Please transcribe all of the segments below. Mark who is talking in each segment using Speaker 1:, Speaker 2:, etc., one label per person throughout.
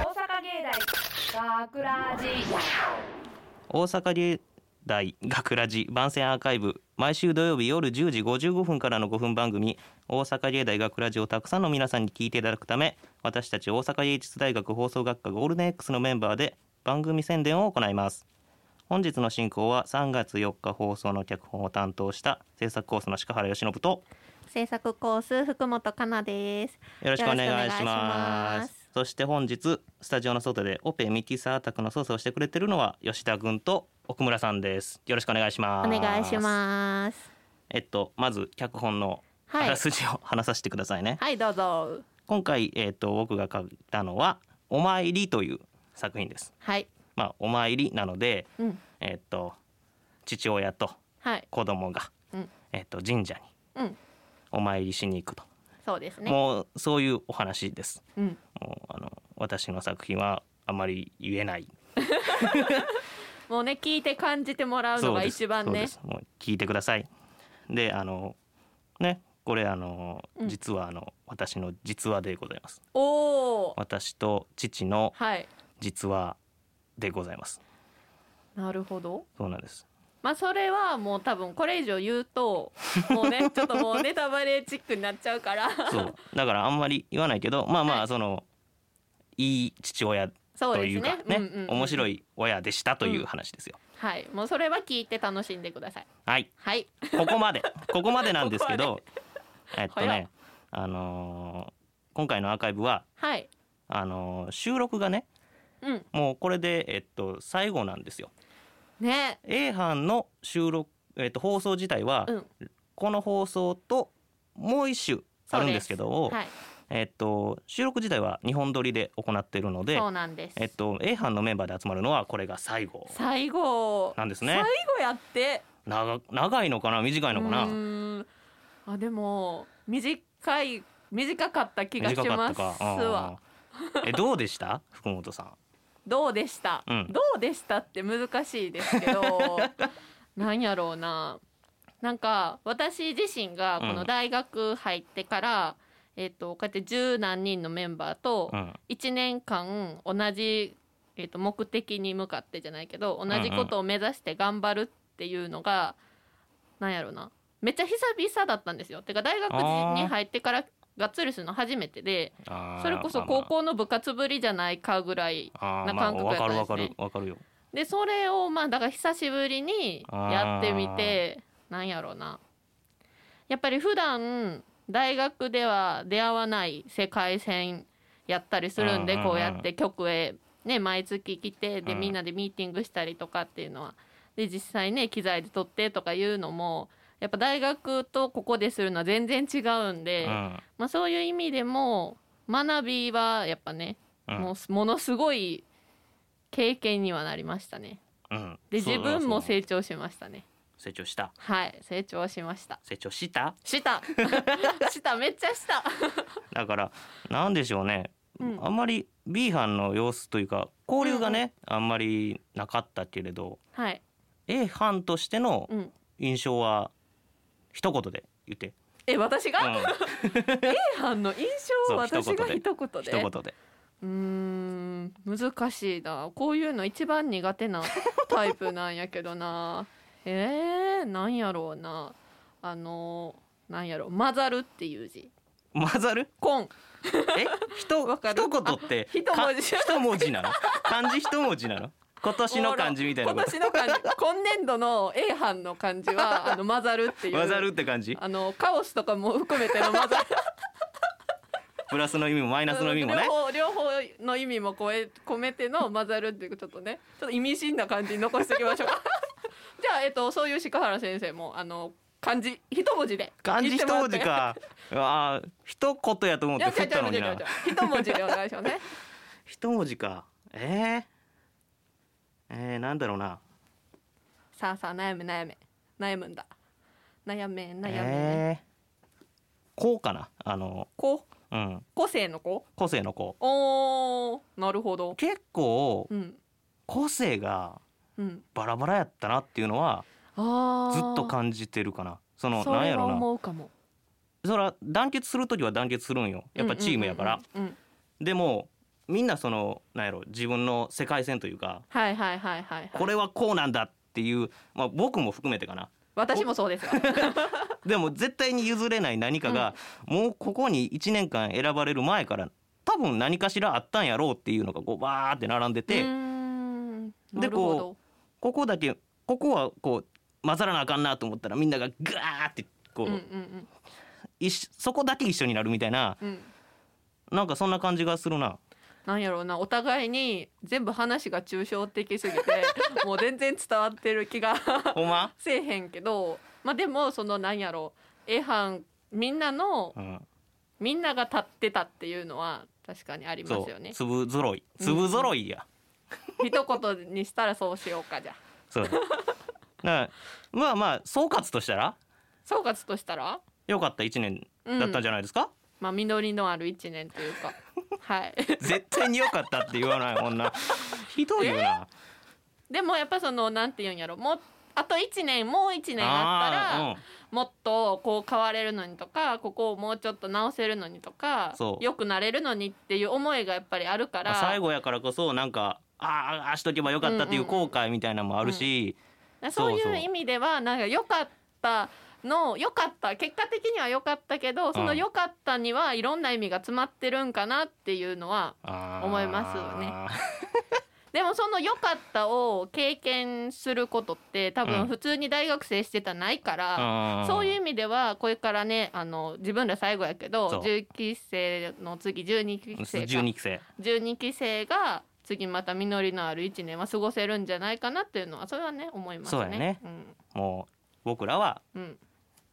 Speaker 1: 大学ラジ
Speaker 2: 大阪芸大学ラジ番宣アーカイブ毎週土曜日夜10時55分からの5分番組「大阪芸大学ラジをたくさんの皆さんに聞いていただくため私たち大阪芸術大学放送学科ゴールデン X のメンバーで番組宣伝を行います本日の進行は3月4日放送の脚本を担当した制作コースの鹿原由伸と
Speaker 3: 制作コース福本かなです。
Speaker 2: よろしくお願いし
Speaker 3: よろしくお願
Speaker 2: ま
Speaker 3: いしますす
Speaker 2: そして本日スタジオの外でオペミキサー宅の操作をしてくれてるのは吉田君と奥村さんですよろしくお願いし
Speaker 3: お
Speaker 2: ます
Speaker 3: 願いします。
Speaker 2: えっとまず脚本のあ
Speaker 3: はい
Speaker 2: らすじを話させてくださいね、
Speaker 3: はいどうぞ。
Speaker 2: 今回えっと僕が書いたのはお参りという作品です
Speaker 3: はい。
Speaker 2: まあお参りなので
Speaker 3: うん。
Speaker 2: えっと父親と
Speaker 3: はい。
Speaker 2: 子供が
Speaker 3: うん。
Speaker 2: えっと神社に
Speaker 3: うん。
Speaker 2: お参りしに行くと、
Speaker 3: そうですね。
Speaker 2: もうそういうお話です
Speaker 3: うん。
Speaker 2: もうあの私の作品はあまり言えない
Speaker 3: もうね聞いて感じてもらうのが
Speaker 2: です
Speaker 3: 一番
Speaker 2: そう
Speaker 3: ね
Speaker 2: で。すもう聞いてくださいであのねこれあの
Speaker 3: うん
Speaker 2: 実はあの、私の実話でございます
Speaker 3: おお。
Speaker 2: 私と父の
Speaker 3: はい。
Speaker 2: 実話でございます
Speaker 3: なるほど。
Speaker 2: そうなんです
Speaker 3: まあそれはもう多分これ以上言 うともうねちょっともうネタバレチックになっちゃうから。
Speaker 2: そうだからあんまり言わないけどまあま
Speaker 3: は
Speaker 2: あ
Speaker 3: い
Speaker 2: その、い、い父親
Speaker 3: そう
Speaker 2: と
Speaker 3: で
Speaker 2: い
Speaker 3: す
Speaker 2: うか
Speaker 3: ね
Speaker 2: ね。
Speaker 3: うんうんうん
Speaker 2: 面白。い親でしたという話ですよ、
Speaker 3: はい。もうそれは聞いて楽しんでください。
Speaker 2: はい
Speaker 3: はい。
Speaker 2: ここま でここまでなんですけどえっと
Speaker 3: 早っ
Speaker 2: ねあのー今回のアーカイブは
Speaker 3: はい。
Speaker 2: あのー収録がね
Speaker 3: うん。
Speaker 2: もうこれで、えっと、最後なんですよ。
Speaker 3: ね。
Speaker 2: A 班の収録、えっと、放送自体は、
Speaker 3: うん。
Speaker 2: この放送ともう一週あるんですけどを、
Speaker 3: はい。
Speaker 2: えっと、収録自体は日本撮りで行っているので
Speaker 3: そう、なんです。
Speaker 2: えっと、A 班のメンバーで集まるのはこれが最後
Speaker 3: 最後
Speaker 2: なんですね
Speaker 3: 最後やって
Speaker 2: 長長いのかな短いのか
Speaker 3: う
Speaker 2: な
Speaker 3: ーんあでも短い短かった気がし
Speaker 2: 短か
Speaker 3: ま
Speaker 2: った
Speaker 3: す
Speaker 2: か
Speaker 3: わ
Speaker 2: うんえどうでした福本さん
Speaker 3: どうでした、
Speaker 2: うん
Speaker 3: どうでしたって難しいです けどなんやろうななんか私自身がこ
Speaker 2: う
Speaker 3: の
Speaker 2: ん
Speaker 3: 大学入ってから、えっとこうやって十何人のメンバーと
Speaker 2: うん
Speaker 3: 1年間同じ、えっと目的に向かってじゃないけど同じことを目指して頑張るっていうのが、なんやろなめっちゃ久々だったんですよ。てか大学に入ってからがっつりするの初めてで
Speaker 2: あー
Speaker 3: それこそ高校の部活ぶりじゃないかぐらい
Speaker 2: まあまあ
Speaker 3: な感覚
Speaker 2: あーまあ
Speaker 3: や
Speaker 2: わ
Speaker 3: った
Speaker 2: か
Speaker 3: ん
Speaker 2: るわか
Speaker 3: ですね
Speaker 2: るわかるよ
Speaker 3: でそれをまあだから久しぶりにやってみてなんやろうなやっぱり普段大学では出会わない世界線やったりするんで、
Speaker 2: うんうんうん
Speaker 3: こうやって局へ、ね、毎月来てで
Speaker 2: うん
Speaker 3: みんなでミーティングしたりとかっていうのはで実際ね機材で撮ってとかいうのもやっぱ大学とここでするのは全然違うんで、
Speaker 2: うん
Speaker 3: まあ、そういう意味でも学びはやっぱね、
Speaker 2: うん
Speaker 3: もうものすごい経験にはなりましたね。
Speaker 2: うん
Speaker 3: で
Speaker 2: そう
Speaker 3: 自
Speaker 2: そう
Speaker 3: 分も
Speaker 2: そう
Speaker 3: 成長しましたね
Speaker 2: 成長した
Speaker 3: はい成長しました
Speaker 2: 成長した
Speaker 3: した しためっちゃした
Speaker 2: だからなんでしょうね、
Speaker 3: うん
Speaker 2: あんまり B 班の様子というか交流がね、あんまりなかったけれど
Speaker 3: はい
Speaker 2: A 班としての
Speaker 3: うん
Speaker 2: 印象は一言で言って、
Speaker 3: え私
Speaker 2: う
Speaker 3: が、
Speaker 2: ん
Speaker 3: A 班の印象を
Speaker 2: そう
Speaker 3: 私が
Speaker 2: 一
Speaker 3: 一言で
Speaker 2: 一言で
Speaker 3: うーん難しいなこういうの一番苦手なタイプなんやけ どなえー、なんやろうなあのなんやろ混ざるっていう字
Speaker 2: 混ざる
Speaker 3: コン
Speaker 2: え一
Speaker 3: わかる
Speaker 2: 一言って
Speaker 3: あ一文字
Speaker 2: か一文字なの漢字一文字なの今年の漢字みたいな
Speaker 3: 今
Speaker 2: こと
Speaker 3: 年の漢字今年度の A 班の漢字はあの混ざるっていう
Speaker 2: 混ざるって感じ
Speaker 3: あのカオスとかも含めての混ざる
Speaker 2: プラスの意味もマイナスの意味もね
Speaker 3: 両方両方の意味も超え込めて の混ざるっていうちょっとねちょっと意味深な感じに残しておきま しょうかじゃあ、えっと、そういう鹿原先生もあの漢字一文字で
Speaker 2: 漢字
Speaker 3: 言っ
Speaker 2: 一
Speaker 3: てもらっ
Speaker 2: 文
Speaker 3: て
Speaker 2: 字かあ一言やと思っ
Speaker 3: い
Speaker 2: て
Speaker 3: や違
Speaker 2: 振った
Speaker 3: う
Speaker 2: の
Speaker 3: 違う違
Speaker 2: に
Speaker 3: う違う
Speaker 2: な
Speaker 3: 一文字でお願いします ね
Speaker 2: 一文字かえー、えー、なんだろうな
Speaker 3: さあさあ悩め悩め悩むんだ悩め悩め、
Speaker 2: えーこうかなあの
Speaker 3: こ
Speaker 2: うん
Speaker 3: 個性の子
Speaker 2: 個性の子
Speaker 3: おーなるほど
Speaker 2: 結構
Speaker 3: うん
Speaker 2: 個性が
Speaker 3: うん
Speaker 2: バラバラやったなっていうのは
Speaker 3: あー
Speaker 2: ずっと感じてるかなその
Speaker 3: そ
Speaker 2: なん
Speaker 3: れ
Speaker 2: や
Speaker 3: は
Speaker 2: ろな
Speaker 3: 思うかも
Speaker 2: それは団結する時は団結するんよやっぱチームやから、
Speaker 3: うんうんうんうん
Speaker 2: でもみんなそのなんやろ自分の世界線というか
Speaker 3: はいはいはいはい、はい、
Speaker 2: これはこうなんだっていう、まあ、僕も含めてかな
Speaker 3: 私もそうです よ
Speaker 2: でも絶対に譲れない何かが、もうここに1年間選ばれる前から多分何かしらあったんやろうっていうのがこうバーって並んでて、
Speaker 3: うーん
Speaker 2: で
Speaker 3: なるほど
Speaker 2: ここだけここはこう混ざらなあかんなと思ったらみんながグワーってこう、
Speaker 3: うんうん
Speaker 2: 一緒そこだけ一緒になるみたいな
Speaker 3: うんうん
Speaker 2: なんかそんな感じがするな。
Speaker 3: なんやろうなお互いに全部話が抽象 的すぎてもう全然伝わってる気が
Speaker 2: ほんま、
Speaker 3: せえへんけどまあでもそのなんやろう A 班みんなの
Speaker 2: うん、
Speaker 3: みんなが立ってたっていうのは確かにありま
Speaker 2: そ
Speaker 3: すよ
Speaker 2: う
Speaker 3: ね
Speaker 2: 粒ぞろい粒ぞろいや、
Speaker 3: 一言にしたらそうしようかじゃあ
Speaker 2: そうだからまあまあ総括としたら
Speaker 3: 総括としたら
Speaker 2: 良かった1年
Speaker 3: うん
Speaker 2: だったんじゃないですか、
Speaker 3: まあ実りのある一年というかはい
Speaker 2: 絶対に良かったって言わない 女ひどいよな、
Speaker 3: でもやっぱそのなんて言うんやろもうあと1年もう1年あったら、
Speaker 2: あ
Speaker 3: もっとこう変われるのにとかここをもうちょっと直せるのにとか
Speaker 2: そう
Speaker 3: 良くなれるのにっていう思いがやっぱりあるか
Speaker 2: ー、うん、
Speaker 3: ら
Speaker 2: 最後やからこそなんかあーあーしとけば良かったっていう後悔みたいなのもあるし、
Speaker 3: そうい
Speaker 2: そう
Speaker 3: う
Speaker 2: そう
Speaker 3: 意味ではなんか良かったの良かった結果的には良かったけどその良かったにはいろんな意味が詰まってるんかなっていうのは
Speaker 2: あー
Speaker 3: 思いますよねでもその良かったを経験することって多
Speaker 2: うん
Speaker 3: 分普通に大学生してたらないから。
Speaker 2: ん
Speaker 3: そういう意味ではこれからねあの自分ら最後やけど
Speaker 2: そう
Speaker 3: 11期生の次12期生か
Speaker 2: 12期生
Speaker 3: 12期生が次また実りのある1年は過ごせるんじゃないかなっていうのはそれはね思いますね。
Speaker 2: そうやね
Speaker 3: うん
Speaker 2: もう僕らは
Speaker 3: うん、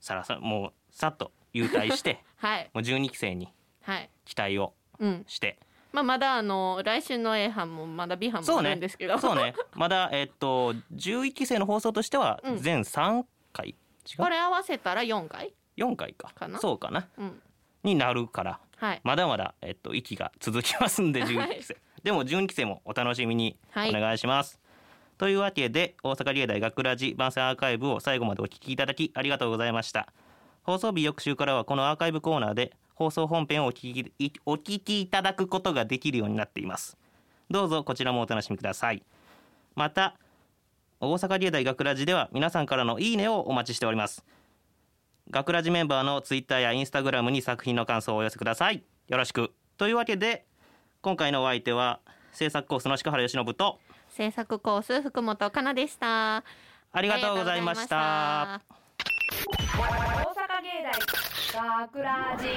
Speaker 2: さらさらもうさっと優退して
Speaker 3: はい
Speaker 2: もう12期生に
Speaker 3: はい、
Speaker 2: 期待を
Speaker 3: うん
Speaker 2: して
Speaker 3: まあ、まだあの来週の A 班もまだ B 班もあるんですけど、
Speaker 2: そうねまだえっと11期生の放送としては
Speaker 3: うん
Speaker 2: 全3回、
Speaker 3: こ
Speaker 2: 違う
Speaker 3: れ合わせたら4回、
Speaker 2: 4回か
Speaker 3: かな
Speaker 2: そうかな
Speaker 3: うん
Speaker 2: になるから
Speaker 3: はい、
Speaker 2: まだまだ、えっと、息が続きますんで
Speaker 3: はい
Speaker 2: 11期生、でも12期生もお楽しみに
Speaker 3: はい
Speaker 2: お願いします、というわけで大阪芸大学ラジ番宣アーカイブを最後までお聞きいただきありがとうございました放送日翌週からはこのアーカイブコーナーで放送本編をお聞きいお聞きいただくことができるようになっていますどうぞこちらもお楽しみくださいまた大阪芸大学ラジでは皆さんからのいいねをお待ちしております学ラジメンバーのツイッターやインスタグラムに作品の感想をお寄せくださいよろしくというわけで今回のお相手は制作コースの鹿原由伸と
Speaker 3: 制作コース福本かなでした。あ
Speaker 2: あり
Speaker 3: り
Speaker 2: がとうございました
Speaker 3: がとうございました
Speaker 1: 大阪芸大学ラジ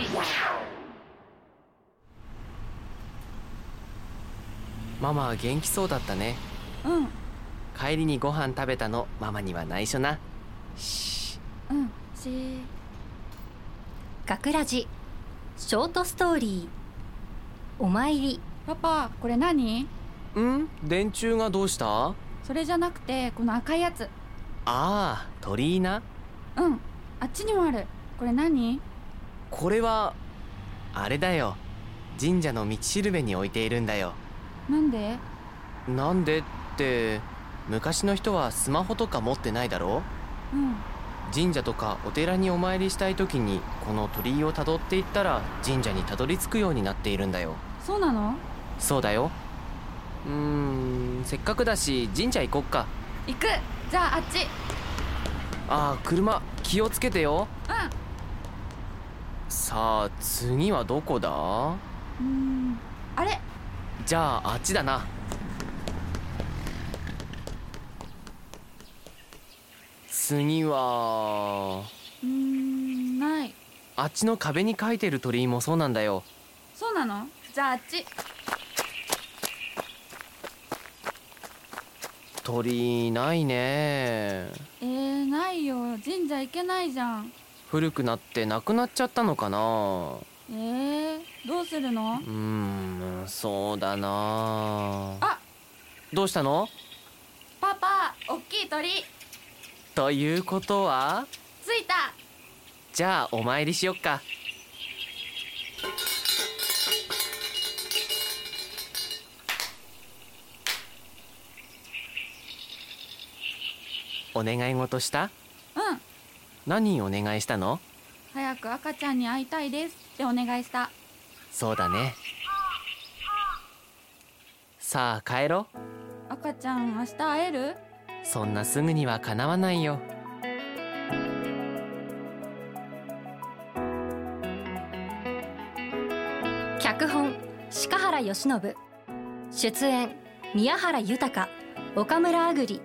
Speaker 4: ママは元気そうだったね
Speaker 5: うん
Speaker 4: 帰りにご飯食べたのママには内緒なし
Speaker 5: うんし
Speaker 6: 学ラジショートストーリーお参り
Speaker 5: パパこれ何
Speaker 4: うん電柱がどうしたあ
Speaker 5: それじゃなくてこの赤いやつ
Speaker 4: あ鳥居な
Speaker 5: うんあっちにもあるこれ何
Speaker 4: これはあれだよ神社の道しるべに置いているんだよ
Speaker 5: なんで
Speaker 4: なんでって昔の人はスマホとか持ってないだろ
Speaker 5: うん
Speaker 4: 神社とかお寺にお参りしたい時にこの鳥居をたどっていったら神社にたどり着くようになっているんだよ
Speaker 5: そうなの
Speaker 4: そうだようーんせっかくだし神社行こっか
Speaker 5: 行くじゃああっち
Speaker 4: ああ車気をつけてよ
Speaker 5: うん
Speaker 4: さあ次はどこだ
Speaker 5: うーんあれ
Speaker 4: じゃああっちだな次は
Speaker 5: うーんない
Speaker 4: あっちの壁に書いてる鳥居もそうなんだよ
Speaker 5: そうなのじゃああっち
Speaker 4: 鳥居ないね
Speaker 5: えー、ないよ神社行けないじゃん
Speaker 4: 古くなってなくなっちゃったのかな
Speaker 5: えー、どうするの
Speaker 4: うーんそうだな
Speaker 5: あ
Speaker 4: どうしたの
Speaker 5: パパおっきい鳥
Speaker 4: ということは
Speaker 5: ついた
Speaker 4: じゃあお参りしよっかお願い事した
Speaker 5: うん
Speaker 4: 何お願いしたの
Speaker 5: 早く赤ちゃんに会いたいですってお願いした
Speaker 4: そうだねさあ帰ろ
Speaker 5: 赤ちゃん明日会える
Speaker 4: そんなすぐにはかなわないよ
Speaker 6: 脚本鹿原由伸出演宮原豊岡村あぐり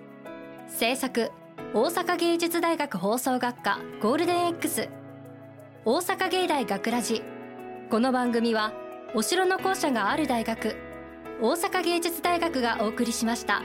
Speaker 6: 制作大阪芸術大学放送学科ゴールデン X 大阪芸大学ラジこの番組はお城の校舎がある大学大阪芸術大学がお送りしました。